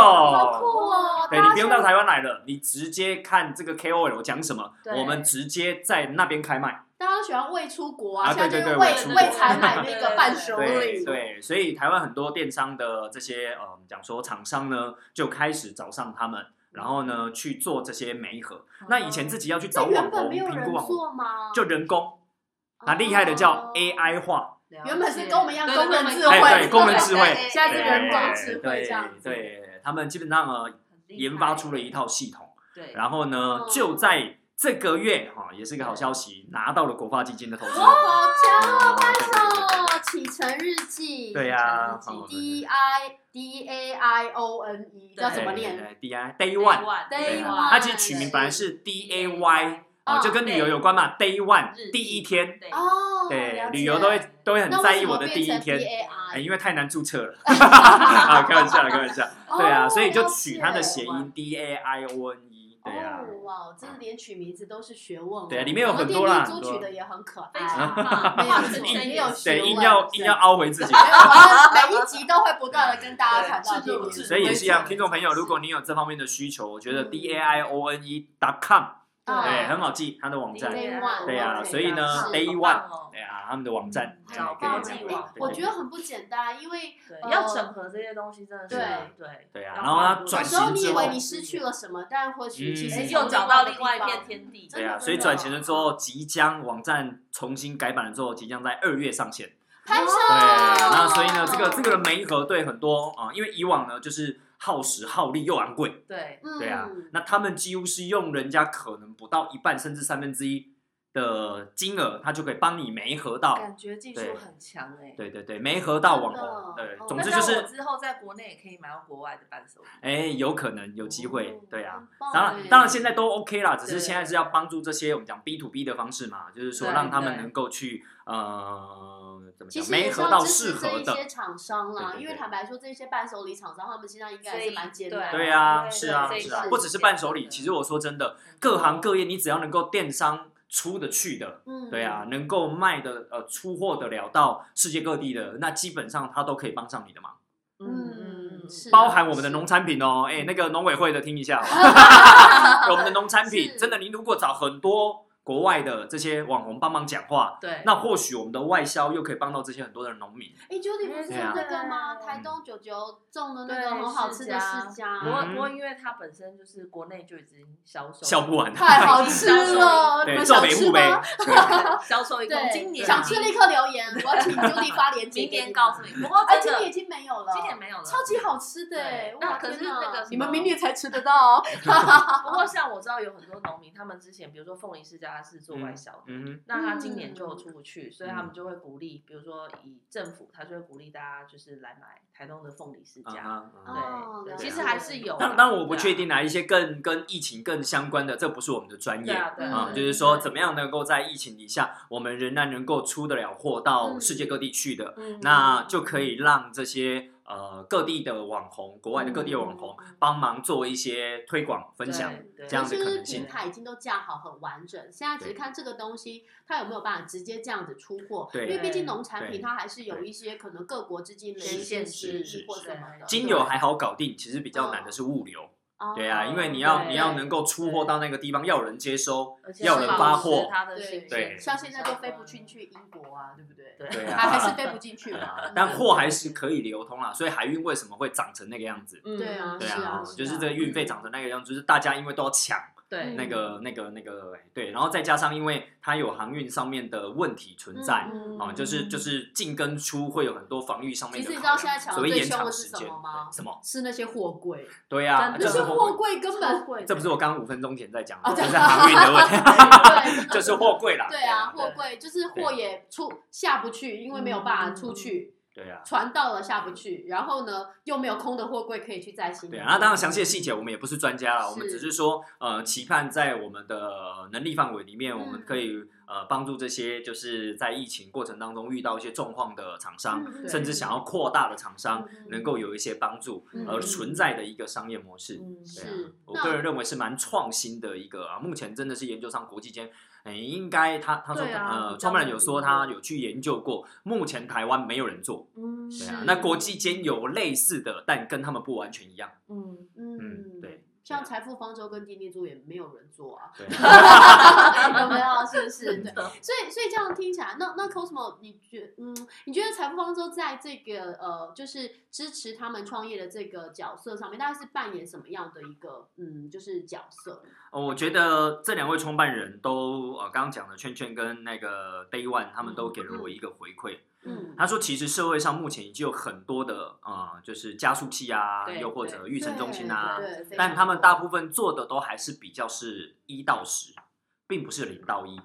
B: 哦！
C: 对
B: 大
C: 你
B: 家
C: 不用
B: 现
C: 到台湾来了，你直接看这个 KOL 讲什么，
D: 对
C: 我们直接在那边开卖。
B: 大家都喜欢喂出国
C: 啊
B: 啊，现在
C: 对
B: 就是为
C: 对对喂出国
B: 为才买那个伴手
C: 对
B: 礼，
C: 对，所以台湾很多电商的这些呃，我们讲说厂商呢，就开始找上他们，然后呢去做这些媒合。那以前自己要去找
B: 这
C: 网
B: 嗯哦原本
C: 红、
B: 没有
C: 评
B: 人
C: 估网红，
B: 做哦吗？
C: 就人工。那厉害的
B: 哦
C: 叫 AI 化，
B: 原本是跟我们一样
D: 对
B: 工人
D: 对
B: 智
D: 对
B: 慧
C: 哎，对，工人智慧，
B: 现在是人工智慧
C: 对
B: 这样子
C: 对，对他们基本上呃研发出了一，套系统，
D: 对，
C: 然后呢
B: 哦，
C: 就在这个月哈，也是个好消息，拿到了国发基金的投资。
B: 好强哦！拍
C: 哦
B: 手，《启程日记》
C: 对呀
B: 启程日
C: 哦
B: 记 D I D A I O N E 叫
D: 对
B: 怎么念？
C: ？D I Day One，
B: Day
C: 对
B: one，
C: 啊它其实取名本来是 D A Y，哦，
B: 哦
C: 就跟旅游有关嘛，Day One
D: 日
C: 第一天，
D: 对
B: 哦，
C: 对
B: 了，解
C: 旅游都会都会很
B: 那
C: 在
B: 为
C: 意
B: 什
C: 我
B: 么
C: 的
B: 变
C: 第一
B: 成 D
C: 天，
B: A
C: 哎，
B: I，
C: 因为太难注册 了，啊，开玩笑的，开玩笑，
B: 哦
C: 对啊，所以就取它的谐音 D A I O N E，对啊。
B: 哦，哇，真的连取名字都是学问哦。
C: 对里面有
B: 我们
C: 很多啦
B: 弟弟猪
C: 很多
B: 取的也很可
D: 非
B: 爱，
D: 常
B: 啊
D: 棒，
B: 没有
D: 哇
B: 错，
D: 这个
B: 也有学
C: 对，
B: 问。
C: 硬要硬要凹回自己。
B: 我们啊每一集都会不断的跟大家谈
D: 对
B: 到这
D: 是
B: 个，
D: 是
C: 所以也是一样，
D: 没错
C: 听众朋友，如果你有这方面的需求，我觉得
B: 嗯
C: d a i o n e dot com，
B: 嗯
C: 对，很好记，它的网站，
B: 对
C: 对啊所以呢，Day One 对啊，他们的网站，
D: 嗯
C: 哎
D: 找
C: 可以
D: 到
C: 这样
D: 自己
C: 讲
D: 网
C: 对
B: 我觉得很不简单，因为
D: 对
B: 呃，
D: 要整合这些东西真的是
B: 对
D: 对
C: 对啊
D: 要
C: 然后它
D: 花很多
C: 转
B: 有
D: 时
B: 时
D: 间
B: 候
C: 型
B: 你
C: 之
B: 以
C: 后
B: 为你失去了什么，但或许其
C: 嗯
B: 实
D: 哎
B: 是
D: 又找到另外一
B: 地
D: 片
B: 方
D: 天地，
C: 对啊，
B: 真的
C: 所以
B: 真的
C: 转型了之后，即将网站重新改版了之后，即将在二月上线。
B: 拍手。嗯
C: 对，那所以呢，这个这个媒合对很多啊、因为以往呢就是耗时耗力又昂贵，
D: 对
B: 嗯
C: 对啊，那他们几乎是用人家可能不到一半甚至三分之一的金额，他就可以帮你媒合到。
D: 感觉技
C: 对
D: 术很强哎。
C: 对对对，没合到网红，
B: 真的
C: 对，
B: 哦
C: 总
D: 那
C: 之
D: 这
C: 就
D: 样我
C: 是，
D: 之后在国内也可以买到国外的伴手礼。
C: 哎，有可能有机会
B: 哦，
C: 对啊。
B: 很棒
C: 当然，
B: 哎
C: 当然现在都 OK 啦，只是
D: 对
C: 现在是要帮助这些我们讲 B to B 的方式嘛，就是说
D: 对
C: 让他们
D: 对
C: 能够去呃怎么
B: 其
C: 讲，
B: 实
C: 没
B: 也是
C: 合
B: 要
C: 到
B: 支
C: 适
B: 持这
C: 合
B: 一
C: 的，
B: 些厂商啦
C: 对对，对
B: 因为坦白说，这些伴手礼厂商他们现在应该还是蛮艰难的。
C: 对
D: 对
C: 啊，
D: 对
C: 是啊
B: 这一
C: 是啊
B: 次，
C: 不只是伴手礼，其实我说真的，各行各业你只要能够电商出得去的，
B: 嗯，
C: 对啊，能够卖的呃出货得了到世界各地的，那基本上它都可以帮上你的忙。
B: 嗯，嗯，是啊啊
C: 包含我们的农产品哦， 哎、那个农委会的听一下好吧，我们的农产品
B: 是
C: 真的，你如果找很多国外的这些网红帮忙讲话，
D: 对，
C: 那或许我们的外销又可以帮到这些很多的农民。
B: 哎，Judy 不是
D: 对啊
B: 那个吗？
D: 对
B: 台东九九种的那
D: 对
B: 个很好吃的
D: 释
B: 释
D: 不
B: 迦，
D: 过
C: 嗯
D: 不过，因为它本身就是国内就已经销售
C: 笑不 完
B: 太好吃了，你
C: 对，
B: 们
C: 皱
B: 想
C: 眉
B: 吃
C: 不呗
B: 吗？。
D: 销售一共
B: 对，
D: 今年
B: 想吃立刻留言，我 要请 Judy 发链接，
D: 明年告诉
B: 你。
D: 你。不过
B: 哎，
D: 真
B: 今
D: 的
B: 年已经没有了，
D: 今年没有了，
B: 超级。好吃的
D: 对
B: 欸，
D: 那
B: 哇
D: 可是
B: 天哪
D: 那个什么
B: 你们明年才吃得
C: 哦
B: 到，
D: 不过像我知道有很多农民，他们之前比如说凤梨世家他是做外销的，
C: 嗯
D: 那他今
B: 嗯
D: 年就出不去，所以他
C: 嗯
D: 们就会鼓励，比如说以政府，他就会鼓励大家就是来买台东的凤梨世
C: 哼，
D: 家。
C: 啊哈
D: 嗯对
C: 啊哈
B: 哦
D: 对
B: 了
D: 其
B: 解
D: 实还是有啦。
C: 当当然我不
D: 对啊
C: 确定。哪一些更跟疫情更相关的，这不是我们的专业
D: 对啊，对啊
C: 啊、
B: 嗯
C: 就是说怎么样能够在疫情底下，我们仍然能够出得了货到
B: 嗯
C: 世界各地去的，
B: 嗯
C: 那就可以让这些呃各地的网红，国外的各地的网红
B: 嗯
C: 帮忙做一些推广分享。
D: 对
C: 这样子
B: 其
C: 可
B: 实
C: 能性
B: 平台已经都架好很完整，现在只是
C: 对
B: 看这个东西它有没有办法直接这样子出货，
C: 对
B: 因为毕竟农产
C: 对
B: 品它还是有一些可能各国之间的一些
D: 是
B: 协
C: 是
B: 议或
D: 是
B: 什么的。
C: 精油还好搞定，其实比较难的是物流。
B: 哦
C: 对啊，因为你要
D: 对
C: 你要能够出货到那个地方，要有人接收
D: 而，且
C: 要有人发货。
D: 它的
B: 对
D: 新
C: 对
D: 鲜
B: 像现在就飞不进。去英国啊，对不对？
D: 对
C: 对
B: 还
C: 啊，
B: 还是飞不进去
C: 对啊
B: 嘛。 嗯
C: 但货还是可以流通啦，所以海运为什么会长成那个样子？
D: 嗯
B: 对啊
C: 对
B: 是啊
C: 啊，
B: 是
C: 就是
B: 啊
C: 这个运费长成那个样子，就是大家因为都要抢
D: 对
C: 那个
B: 嗯
C: 那个那个，哎对，然后再加上因为它有航运上面的问题存在
B: 嗯
C: 啊，就是就是进跟出会有很多防御上面
B: 其
C: 的
B: 实你知
C: 考
B: 道现在
C: 量，
B: 抢的
C: 所谓
B: 最
C: 延
B: 凶
C: 长
B: 的
C: 时
B: 是
C: 间
B: 什么吗
C: 对？什么？
B: 是那些货柜，
C: 对啊，
D: 真
C: 就
D: 的
B: 那
C: 是
B: 些货
C: 货
B: 柜
C: 柜，
B: 根 本
D: 贵
C: 这不是我刚五分钟前在讲
B: 啊
C: 的，这
B: 对
C: 是航运的问
B: 对
C: 题， 就是货柜啦。
B: 对啊，
C: 对
B: 货柜就是货也出下不去，因为没有办法出
D: 嗯
B: 去，
C: 对啊，
B: 船到了下不去，然后呢又没有空的货柜可以去载新的。
C: 对啊，那当然
B: 嗯
C: 详细的细节我们也不是专家啦，我们
B: 是
C: 只是说呃，期盼在我们的呃能力范围里面，
B: 嗯
C: 我们可以呃帮助这些就是在疫情过程当中遇到一些状况的厂商，
B: 嗯
C: 甚至想要扩大的厂商，
B: 嗯嗯
C: 能够有一些帮助，
B: 嗯
C: 而存在的一个商业模式。
D: 嗯
C: 对啊
B: 是
C: 我
B: 那
C: 个人认为是蛮创新的一个啊，目前真的是研究上国际间，哎，应该他他说、
D: 对啊
C: 呃，
D: 比较
C: 创办人有说
D: 没有
C: 他有去研究过，目前台湾没有人做，
D: 嗯
C: 对
B: 是
C: 啊，那国际间有类似的，但跟他们不完全一样，
D: 嗯，
B: 嗯，
C: 对。
B: 像财富方舟跟地地猪也没有人做啊，
C: 对啊。
B: 有没有？是不是？ 对，所以所以这样听起来，那那 Cosmo，你觉嗯，你觉得财富方舟在这个呃，就是支持他们创业的这个角色上面，大概是扮演什么样的一个嗯，就是角色？
C: 哦，我觉得这两位创办人都呃，刚刚讲的圈圈跟那个 Day One，他们都
D: 嗯
C: 给了我一个回馈。
B: 嗯，
C: 他说，其实社会上目前已经有很多的呃，就是加速器啊，
D: 对
C: 又或者育
B: 育
C: 成中心啊，
D: 对
C: 但他们大
B: 分
C: 部分做的都还是比较是一到十，并不是零到一。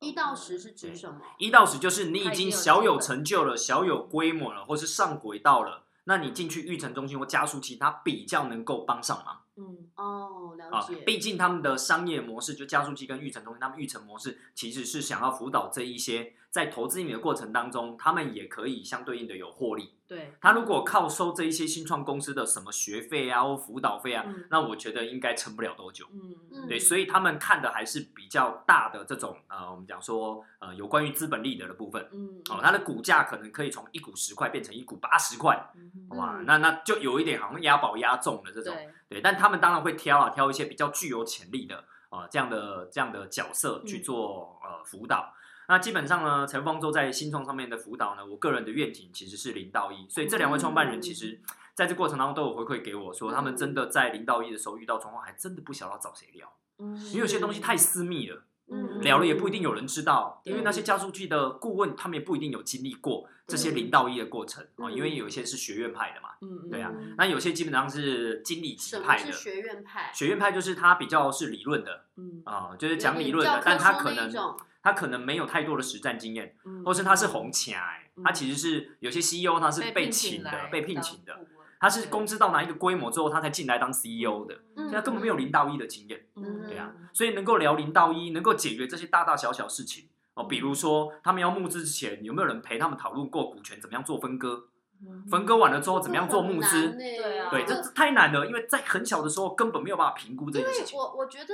B: 一到十是指什么？
C: 一到十就是你已
D: 他已经有
C: 经小
D: 基
C: 有
D: 本
C: 成就了，小有规模了，或是上轨道了，那你进去育成中心或加速器，它比较能够帮上忙。
D: 嗯
B: 哦，了
C: 啊
B: 解，，
C: 毕竟他们的商业模式，就加速器跟育成中心，他们育成模式其实是想要辅导这一些在投资你的过程当中，他们也可以相对应的有获利。
B: 对，
C: 他如果靠收这一些新创公司的什么学费啊或辅导费啊，
D: 嗯
C: 那我觉得应该撑不了多久。
D: 嗯
C: 对，所以他们看的还是比较大的这种呃，我们讲说呃有关于资本利得的部分。
D: 嗯，
C: 哦，它的股价可能可以从一股十块变成一股八十块，
D: 嗯
C: 哇，
B: 嗯
C: 那那就有一点好像押宝押中了这种。
D: 对
C: 对，但他们当然会挑啊，挑一些比较具有潜力的啊、呃这样的这样的角色
B: 嗯
C: 去做、呃辅导。那基本上呢，陈方舟在新创上面的辅导呢，我个人的愿景其实是零到一，所以这两位创办人其
B: 嗯
C: 实在这过程当中都有回馈给我说，他们真的在零到一的时候遇到状况，还真的不晓得要找谁聊，
D: 嗯
C: 因为有些东西太私密了，
B: 嗯
C: 聊了也不一定有人知道，
D: 对
C: 因为那些加速器的顾问他们也不一定有经历过这些
B: 对
C: 零到一的过程啊、
B: 嗯
C: 因为有一些是学院派的嘛，
D: 嗯
C: 对啊
B: 嗯
C: 那有些基本上是经理级
B: 什么
C: 派的
B: 是，学院派？
C: 学院派就是他比较是理论的
D: 嗯
C: 啊、就是
B: 有
C: 讲
B: 点
C: 理论
B: 教
C: 的
B: 科，
C: 但他
B: 书
C: 可
B: 那一
C: 能
B: 种
C: 他可能没有太多的实战经验，
D: 嗯
C: 或是他是红起来，他其实是有些 CEO 他是被请的，被聘请的，，他是公司到哪一个规模之后他才进来当 CEO 的，
B: 嗯
C: 所以他根本没有零到一的经验，
B: 嗯
C: 对啊，所以能够聊零到一，能够解决这些大大小小事情。哦，
B: 嗯
C: 比如说他们要募资之前，有没有人陪他们讨论过股权怎么样做分割？
D: 嗯
C: 分割完了之后怎么样做募
B: 嗯这很
C: 资？
B: 难欸
D: 对啊
C: 对，这这太难了，因为在很小的时候根本没有办法评估这
B: 因
C: 件
B: 为
C: 事情。
B: 我我觉得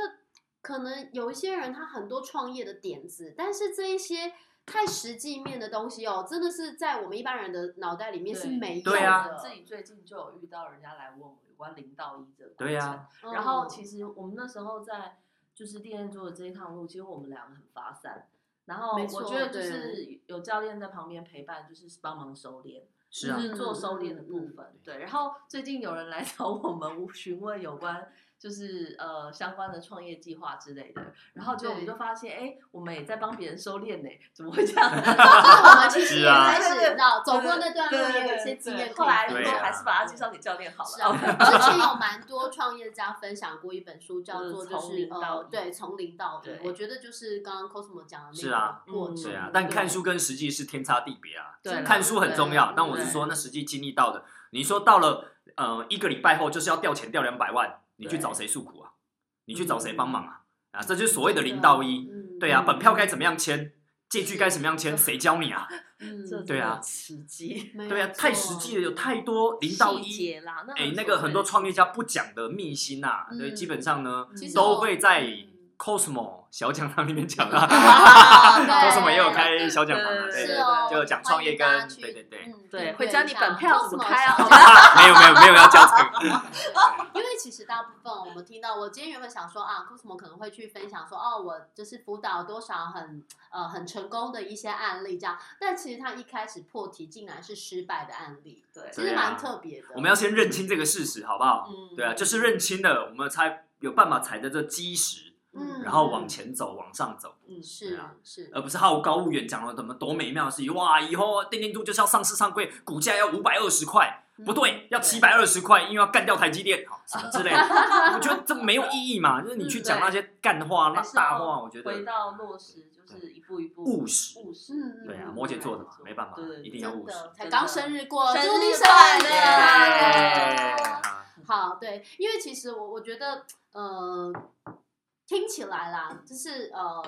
B: 可能有一些人他很多创业的点子，但是这一些太实际面的东西哦，真的是在我们一般人的脑袋里面是
D: 对
B: 没有的。
C: 对啊
D: 自己最近就有遇到人家来问我有关零到一这个，
C: 对呀、啊
D: 然后其
B: 嗯实
D: 实我们那时候在。就是地震做的这一趟路，其实我们两个很发散。然后
B: 没
D: 我
B: 错
D: 觉得就
B: 对
D: 是有教练在旁边陪伴，就是帮忙收敛，
C: 是
D: 就
C: 啊，
D: 是做收敛的部
B: 嗯嗯
D: 分。对，然后最近有人来找我们询问有关就是呃相关的创业计划之类的，然后就我们
B: 对
D: 就发现，哎，我们也在帮别人收敛呢，怎么会这样？
B: 我们其实
C: 是
B: 也
C: 啊
B: 开始，你知道， 走过那段
D: 对
B: 路
D: 对
B: 也有
D: 对
B: 一些经
D: 对
B: 验可以分享。
D: 后来
C: 对
D: 都
C: 啊
D: 还是把它介绍给教练好
B: 是
D: 了。
B: 啊，之前有蛮多创业家分享过一本书，叫
D: 就是
B: 做就
D: 从
B: 是
D: 零到
B: 呃，
D: 一
B: 对，从零到
D: 对
B: 一。我觉得就是刚刚 Cosmo 讲的
C: 是
B: 那
C: 啊
B: 个过
D: 嗯
B: 程。
C: 对啊
D: 嗯，
C: 但看
B: 对
C: 书跟实际是天差地别啊。
D: 对啦，
C: 看书很重要，
B: 对
C: 但我是说那实际经历到的，你说到了呃一个礼拜后就是要掉钱掉两百万，你去
D: 对
C: 找谁诉苦啊？你去找谁帮忙啊？啊，这就是所谓的零到一。
B: 嗯
C: 对啊，
D: 嗯
C: 本票该怎么样签，借据该怎么样签，谁教你啊？
B: 嗯
D: 这
C: 对啊
D: 真的实际。
B: 没有
C: 对啊，太实际了，有太多零到
D: 细
C: 一。
D: 节啦，那
C: 哎，那个很多创
D: 业
C: 业家不讲的秘辛呐，
B: 嗯
C: 所以基本上呢
B: 其实
C: 都
B: 我
C: 会在
B: 嗯
C: Cosmo 小讲堂里面讲 啊。
B: 啊
C: Cosmo
B: 对
C: 也有开小讲堂啊，
D: 对
C: 对
B: 是
C: 对
B: 哦，
C: 对，就讲创业
B: 欢迎大
C: 跟
B: 家去
C: 对对对。
B: 嗯
D: 对
B: 订阅
D: 会教你
B: 一下
D: 本票怎么
B: Cosmo
D: 开啊
B: 小姐
C: 没有没有没有要教这个，
B: 因为其实大部分我们听到，我今天原本想说啊，Cosmo 可能会去分享说，哦，我就是辅导多少很呃很成功的一些案例这样，但其实他一开始破题竟然是失败的案例，
D: 对
B: 其实
C: 对啊
B: 蛮特别的。
C: 我们要先认清这个事实，好不好？
B: 嗯
C: 对啊，就是认清了，我们才有办法踩着这基石，
B: 嗯
C: 然后往前走，往上走，
B: 嗯是
C: 对啊
B: 是
C: 而不是好高骛远，讲了怎么多美妙的事情。哇，以后电电度就是要上市上柜，股价要五百二十块，
D: 嗯
C: 不对，要七百二十块，因为要干掉台积电，好什么之类的。我觉得这没有意义嘛，就是你去讲那些干话、那
D: 还是
C: 大
D: 要
C: 话，我觉
D: 回
C: 得
D: 到落实，就是一步一步
C: 务实
D: 务实。
B: 嗯
C: 对啊，
B: 嗯
C: 摩羯座的嘛
D: 嗯
C: 没办法
D: 对对，对
C: 一定要
B: 真
C: 务实。
B: 的才
D: 真
B: 刚
D: 的
B: 生日过，
D: 生
B: 祝你
D: 日
B: 生
D: 快
B: 日
D: 乐
B: 快乐！
C: 啊
D: 嗯
B: 好，对，因为其实我我觉得，呃，听起来啦，就是呃，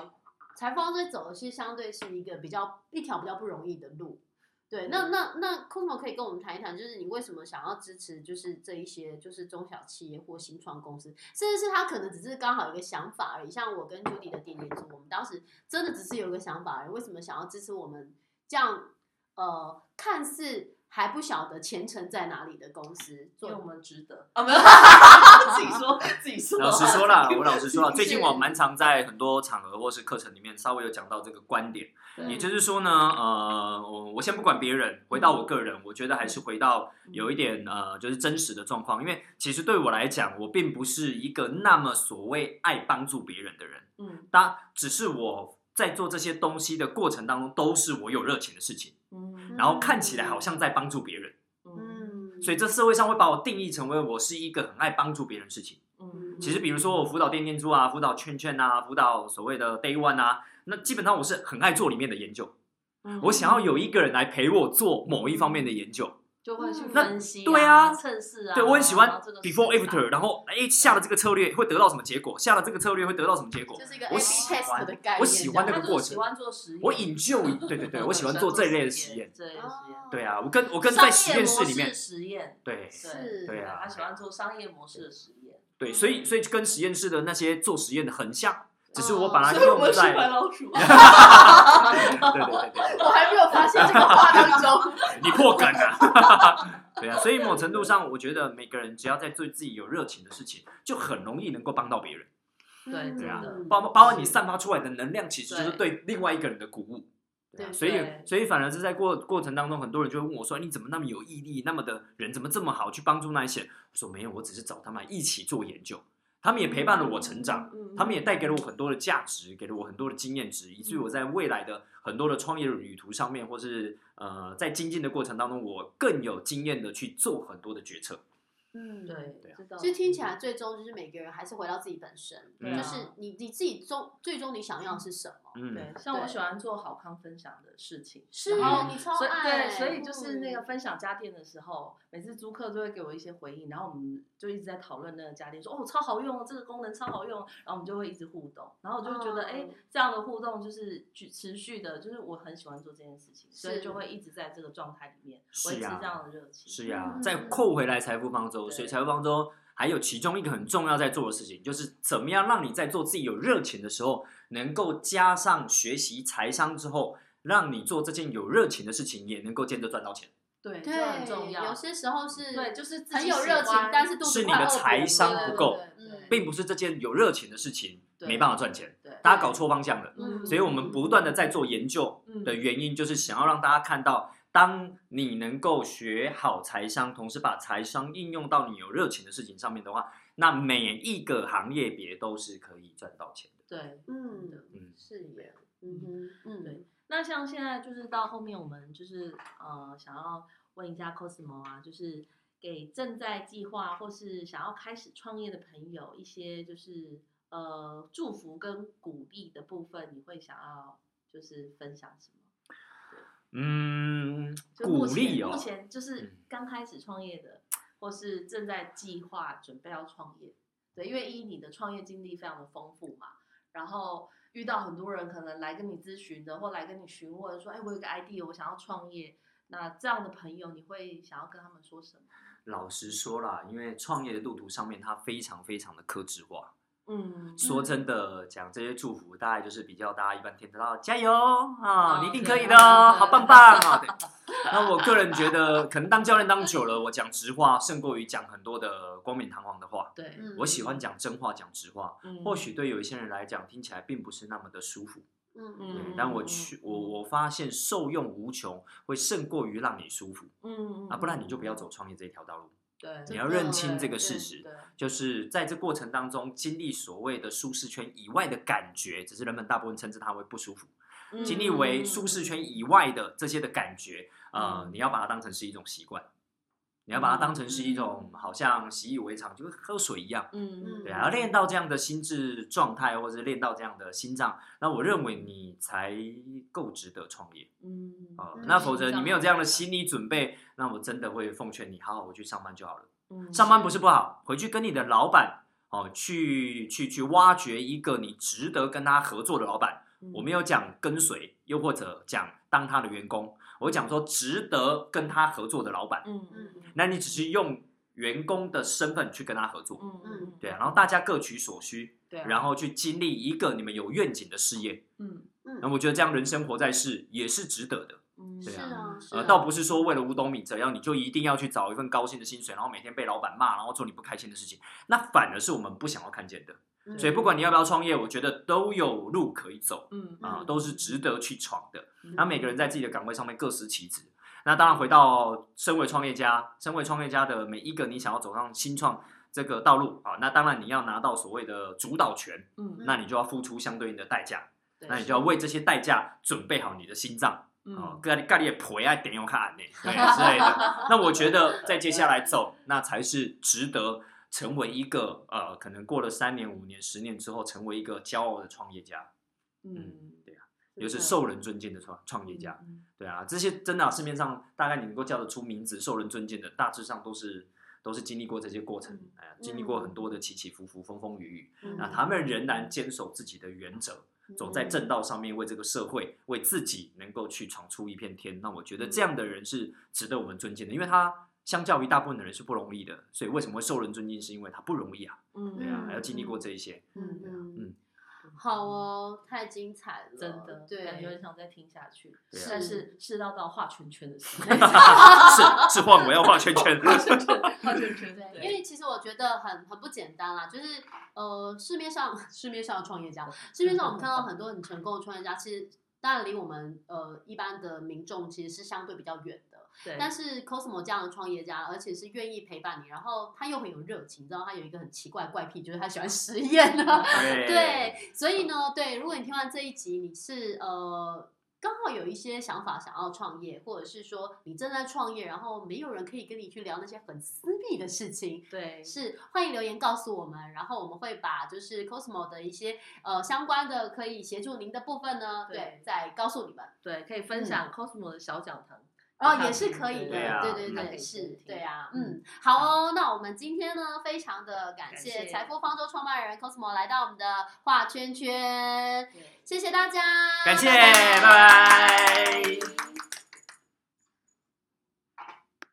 B: 财方在走的是相对是一个比较一条比较不容易的路。对，
D: 嗯
B: 那那那 Cosmo 可以跟我们谈一谈，就是你为什么想要支持，就是这一些就是中小企业或新创公司，甚至是他可能只是刚好有一个想法而已。像我跟 Judy 的点点组，我们当时真的只是有一个想法而已，为什么想要支持我们这样呃看似还不晓得前程在哪里的公司
D: 因
B: 做
D: 为我们值得啊，没有 自己 说自己 说，
C: 老实 说啦，我老实说啦，
B: 是
C: 最近我蛮常在很多场合或是课程里面稍微有讲到这个观点，
D: 对
C: 也就是说呢，呃，我我先不管别人，回到我个人，我觉得还是回到有一点呃，就是真实的状况，因为其实对我来讲，我并不是一个那么所谓爱帮助别人的人，
D: 嗯
C: 当只是我在做这些东西的过程当中，都是我有热情的事情，
D: 嗯
C: 然后看起来好像在帮助别人，
D: 嗯
B: 嗯，
C: 所以这社会上会把我定义成为我是一个很爱帮助别人的事情。
D: 嗯，
C: 其实，比如说我辅导电电猪啊，辅导圈圈啊，辅导所谓的 Day One 啊，那基本上我是很爱做里面的研究。
D: 嗯
C: 我想要有一个人来陪我做某一方面的研究，
D: 就会去
B: 那
D: 分析，
C: 对啊
D: 测试啊，
C: 对我很喜欢
D: 这个
C: before
D: 市场
C: after，然后哎下了这个策略会得到什么结果，下了这个策略会得到什么结果
B: 就，是一个
C: 我
B: A B
C: 喜
B: test
C: 欢
B: 的概念，
C: 我喜欢那
D: 他
C: 个
D: 就是
C: 过程
D: 喜欢做实验，
C: 我引咎于对对对，我喜欢做这一类的实验。
D: 这类的实验，
C: 对啊，我跟我跟在实
D: 商业
C: 验
D: 模
C: 室里
D: 式
C: 面，
D: 实验，
C: 对
B: 是
C: 对啊
D: 他喜欢做商业模式的实验，
C: 对，所以所以跟实验室的那些做实验的很像，只是我
B: 哦
C: 把它
B: 所
C: 用在
D: 是白老鼠，
B: 哦
C: 对对对对对。
B: 我还没有发现这个话当中，
C: 你破梗啊！ 对啊，所以某程度上，我觉得每个人只要在做自己有热情的事情，就很容易能够帮到别人。
D: 对
C: 对啊
D: 嗯
C: 包包括你散发出来的能量，其实就是对另外一个人的鼓舞。对啊，
B: 对
C: 所以
D: 对
C: 所以反而是在过过程当中，很多人就会问我说：“你怎么那么有毅力？那么的人怎么这么好去帮助那一些人？”我说：“没有，我只是找他们一起做研究，他们也陪伴了我成长，
B: 嗯
C: 他们也带给了我很多的价值，给了我很多的经验值，以至于我在未来的很多的创业旅途上面，或是呃在精进的过程当中，我更有经验的去做很多的决策。
B: 嗯，
C: 对
D: 对
C: 啊，
D: 知道
B: 其实听起来最终就是每个人还是回到自己本身，
D: 啊
C: 嗯
B: 就是你你自己终最终你想要的是什么？
C: 嗯
D: 对，，像我
B: 对
D: 喜欢做好康分享的事情，
B: 是
D: 然后
B: 啊，你超
D: 嗯所以
B: 爱，
D: 对，所以就是那个
B: 嗯
D: 分享家电的时候，每次租客都会给我一些回应，然后我们就一直在讨论那个家电，说哦超好用，这个功能超好用，然后我们就会一直互动，然后我就会觉得
B: 哦
D: 哎、这样的互动就是去持续的，就是我很喜欢做这件事情，所以
B: 是
D: 就会一直在这个状态里面
C: 是
D: 维持
C: 啊
D: 这样的热情。
C: 是呀、
B: 嗯
C: 再扣回来财富方舟，
D: 对
C: 所以财富方舟还有其中一个很重要在做的事情，就是怎么样让你在做自己有热情的时候，能够加上学习财商之后，让你做这件有热情的事情，也能够接着赚到钱，
D: 对，这
B: 对
D: 很重要
B: 有。些时候是
D: 对，就是自己
B: 很有
D: 喜
B: 热情
D: 欢，
B: 但是肚
C: 是
B: 子
C: 你
B: 快
C: 的
B: 饿
C: 财
B: 了
C: 商不够
B: 对对对
C: 并不是这件有热情的事情
B: 对
C: 没办法赚钱，
D: 对，
C: 大家搞错方向了。
B: 嗯
C: 所以我们不断的在做研究
D: 嗯
C: 的原因，就是想要让大家看到，当你能够学好财商，同时把财商应用到你有热情的事情上面的话，那每一个行业别都是可以赚到钱的。
D: 对，
B: 嗯，
C: 嗯，
B: 是耶，嗯哼，嗯
D: 对，那像现在就是到后面，我们就是呃，想要问一下 Cosmo 啊，就是给正在计划或是想要开始创业的朋友一些就是呃祝福跟鼓励的部分，你会想要就是分享什么？
C: 嗯，
D: 就目
C: 鼓励
D: 前
C: 哦
D: 目。前就是
C: 嗯
D: 刚开始创业的，或是正在计划准备要创业，对，因为一你的创业经历非常的丰富嘛，然后遇到很多人可能来跟你咨询的，或来跟你询问说，哎，我有个 idea，我想要创业，那这样的朋友，你会想要跟他们说什么？
C: 老实说啦，因为创业的路途上面，它非常非常的克制化。
D: 嗯
C: 说
B: 嗯
C: 真的，讲这些祝福，大概就是比较大家一般听得到，加油啊，你一定可以的
D: 哦
C: 哦，
D: 对
C: 好棒棒啊。对那我个人觉得，可能当教练当久了，我讲直话胜过于讲很多的冠冕堂皇的话。
D: 对，
B: 嗯，
C: 我喜欢讲真话，讲直话。
D: 嗯
C: 或许对有一些人来讲，听起来并不是那么的舒服，
B: 嗯，
C: 对
B: 嗯
C: 但我去，我我发现受用无穷，会胜过于让你舒服
D: 嗯
C: 啊，不然你就不要，走创业这一条道路。
D: 对，
C: 你
B: 真
C: 要
B: 的
C: 认清这
B: 对
C: 个事
B: 对
C: 实，
D: 对，
C: 就是在这过程当中，经历所谓的舒适圈以外的感觉，只是人们大部分称之它为不舒服。
D: 嗯
C: 经历为舒适圈以外的这些的感觉，呃，
D: 嗯
C: 你要把它当成是一种习惯，你要把它当成是一种
B: 嗯
C: 好像习以为常，就跟喝水一样。
D: 嗯，嗯
C: 对啊，练到这样的心智状态，或者是练到这样的心脏，那我认为你才够值得创业
D: 嗯
C: 啊、呃
B: 嗯
C: 那否则你没有这样的
D: 心
C: 心理准备，那我真的会奉劝你，好好回去上班就好了。
D: 嗯
C: 上班不是不好，回去跟你的老板哦，去去去挖掘一个你值得跟他合作的老板。
D: 嗯
C: 我没有讲跟随，又或者讲当他的员工，我讲说值得跟他合作的老板。
D: 嗯
B: 嗯嗯
C: 那你只是用员工的身份去跟他合作，
D: 嗯嗯
C: 对啊，然后大家各取所需，
D: 对啊，
C: 然后去经历一个你们有愿景的事业。
D: 嗯
C: 那我觉得这样人生活在世也是值得的。
D: 嗯
C: 对
B: 啊是
C: 呃，
B: 啊
C: 倒不是说为了五斗米折腰，你就一定要去找一份高薪的薪水，然后每天被老板骂，然后做你不开心的事情，那反而是我们不想要看见的。
B: 嗯
C: 所以不管你要不要创业，我觉得都有路可以走
D: 嗯
C: 啊、
B: 嗯
C: 都是值得去闯的。
D: 嗯
C: 那每个人在自己的岗位上面各司其职。那当然，回到身为创业家，身为创业家的每一个你想要走上新创这个道路啊，那当然你要拿到所谓的主导权，
D: 嗯，
C: 那你就要付出相对应的代价，
B: 嗯
D: 对
C: 那你就要为这些代价准备好你的心脏。哦，
D: 嗯
C: 盖盖你也陪啊，点用看呢，对之类的。那我觉得在接下来走，那才是值得成为一个呃，可能过了三年、五年、十年之后，成为一个骄傲的创业家，
D: 嗯，
C: 对啊，也就是受人尊敬的创创业家。
D: 嗯，
C: 对啊，这些真的啊、市面上大概你能够叫得出名字、受人尊敬的，大致上都是都是经历过这些过程
D: 嗯，
C: 哎呀、经历过很多的起起伏伏、风风雨雨，
B: 嗯
C: 那他们仍然坚守自己的原则。走在正道上面，为这个社会、为自己能够去闯出一片天。那我觉得这样的人是值得我们尊敬的，因为他相较于大部分的人是不容易的。所以为什么会受人尊敬，是因为他不容易啊，
D: 嗯，
C: 对啊，
B: 嗯
C: 还要经历过这一些。
B: 嗯
D: 嗯，
B: 嗯
C: 嗯，
B: 好，哦，太精彩了，
D: 真的，
B: 对，
D: 感觉很想再听下去，
C: 对啊
D: 但是是到到画圈圈的时候，
C: 是是换我要画圈圈。
D: 画圈圈，
B: 对，因为其实我觉得很很不简单啦，就是呃，市面上市面上的创业家，市面上我们看到很多很成功的创业家，其实当然离我们呃一般的民众其实是相对比较远的。
D: 对，
B: 但是 Cosmo 这样的创业家，而且是愿意陪伴你，然后他又很有热情，你知道他有一个很奇怪的怪癖，就是他喜欢实验啊。
D: 嗯
C: 对
B: 对，所以呢，对，如果你听完这一集，你是呃刚好有一些想法想要创业，或者是说你正在创业，然后没有人可以跟你去聊那些很私密的事情。
D: 对，
B: 是，欢迎留言告诉我们，然后我们会把就是 Cosmo 的一些呃相关的可以协助您的部分呢，对，
D: 对
B: 再告诉你们，
D: 对，可以
C: 嗯
D: 分享 Cosmo 的小讲堂，
B: 哦，
D: 看
B: 也是
D: 评
B: 可以的，
D: 对
C: 啊
B: 对对
C: 嗯
D: 看
B: 是
D: 评，
B: 对
D: 听
B: 啊，
D: 嗯
B: 嗯，好哦，那我们今天呢，非常的感
D: 感
B: 谢
D: 谢
B: 财富方舟创办人 Cosmo 来到我们的画圈圈，
D: 对
B: 谢谢大家，
C: 感谢，
B: 拜
C: 拜拜。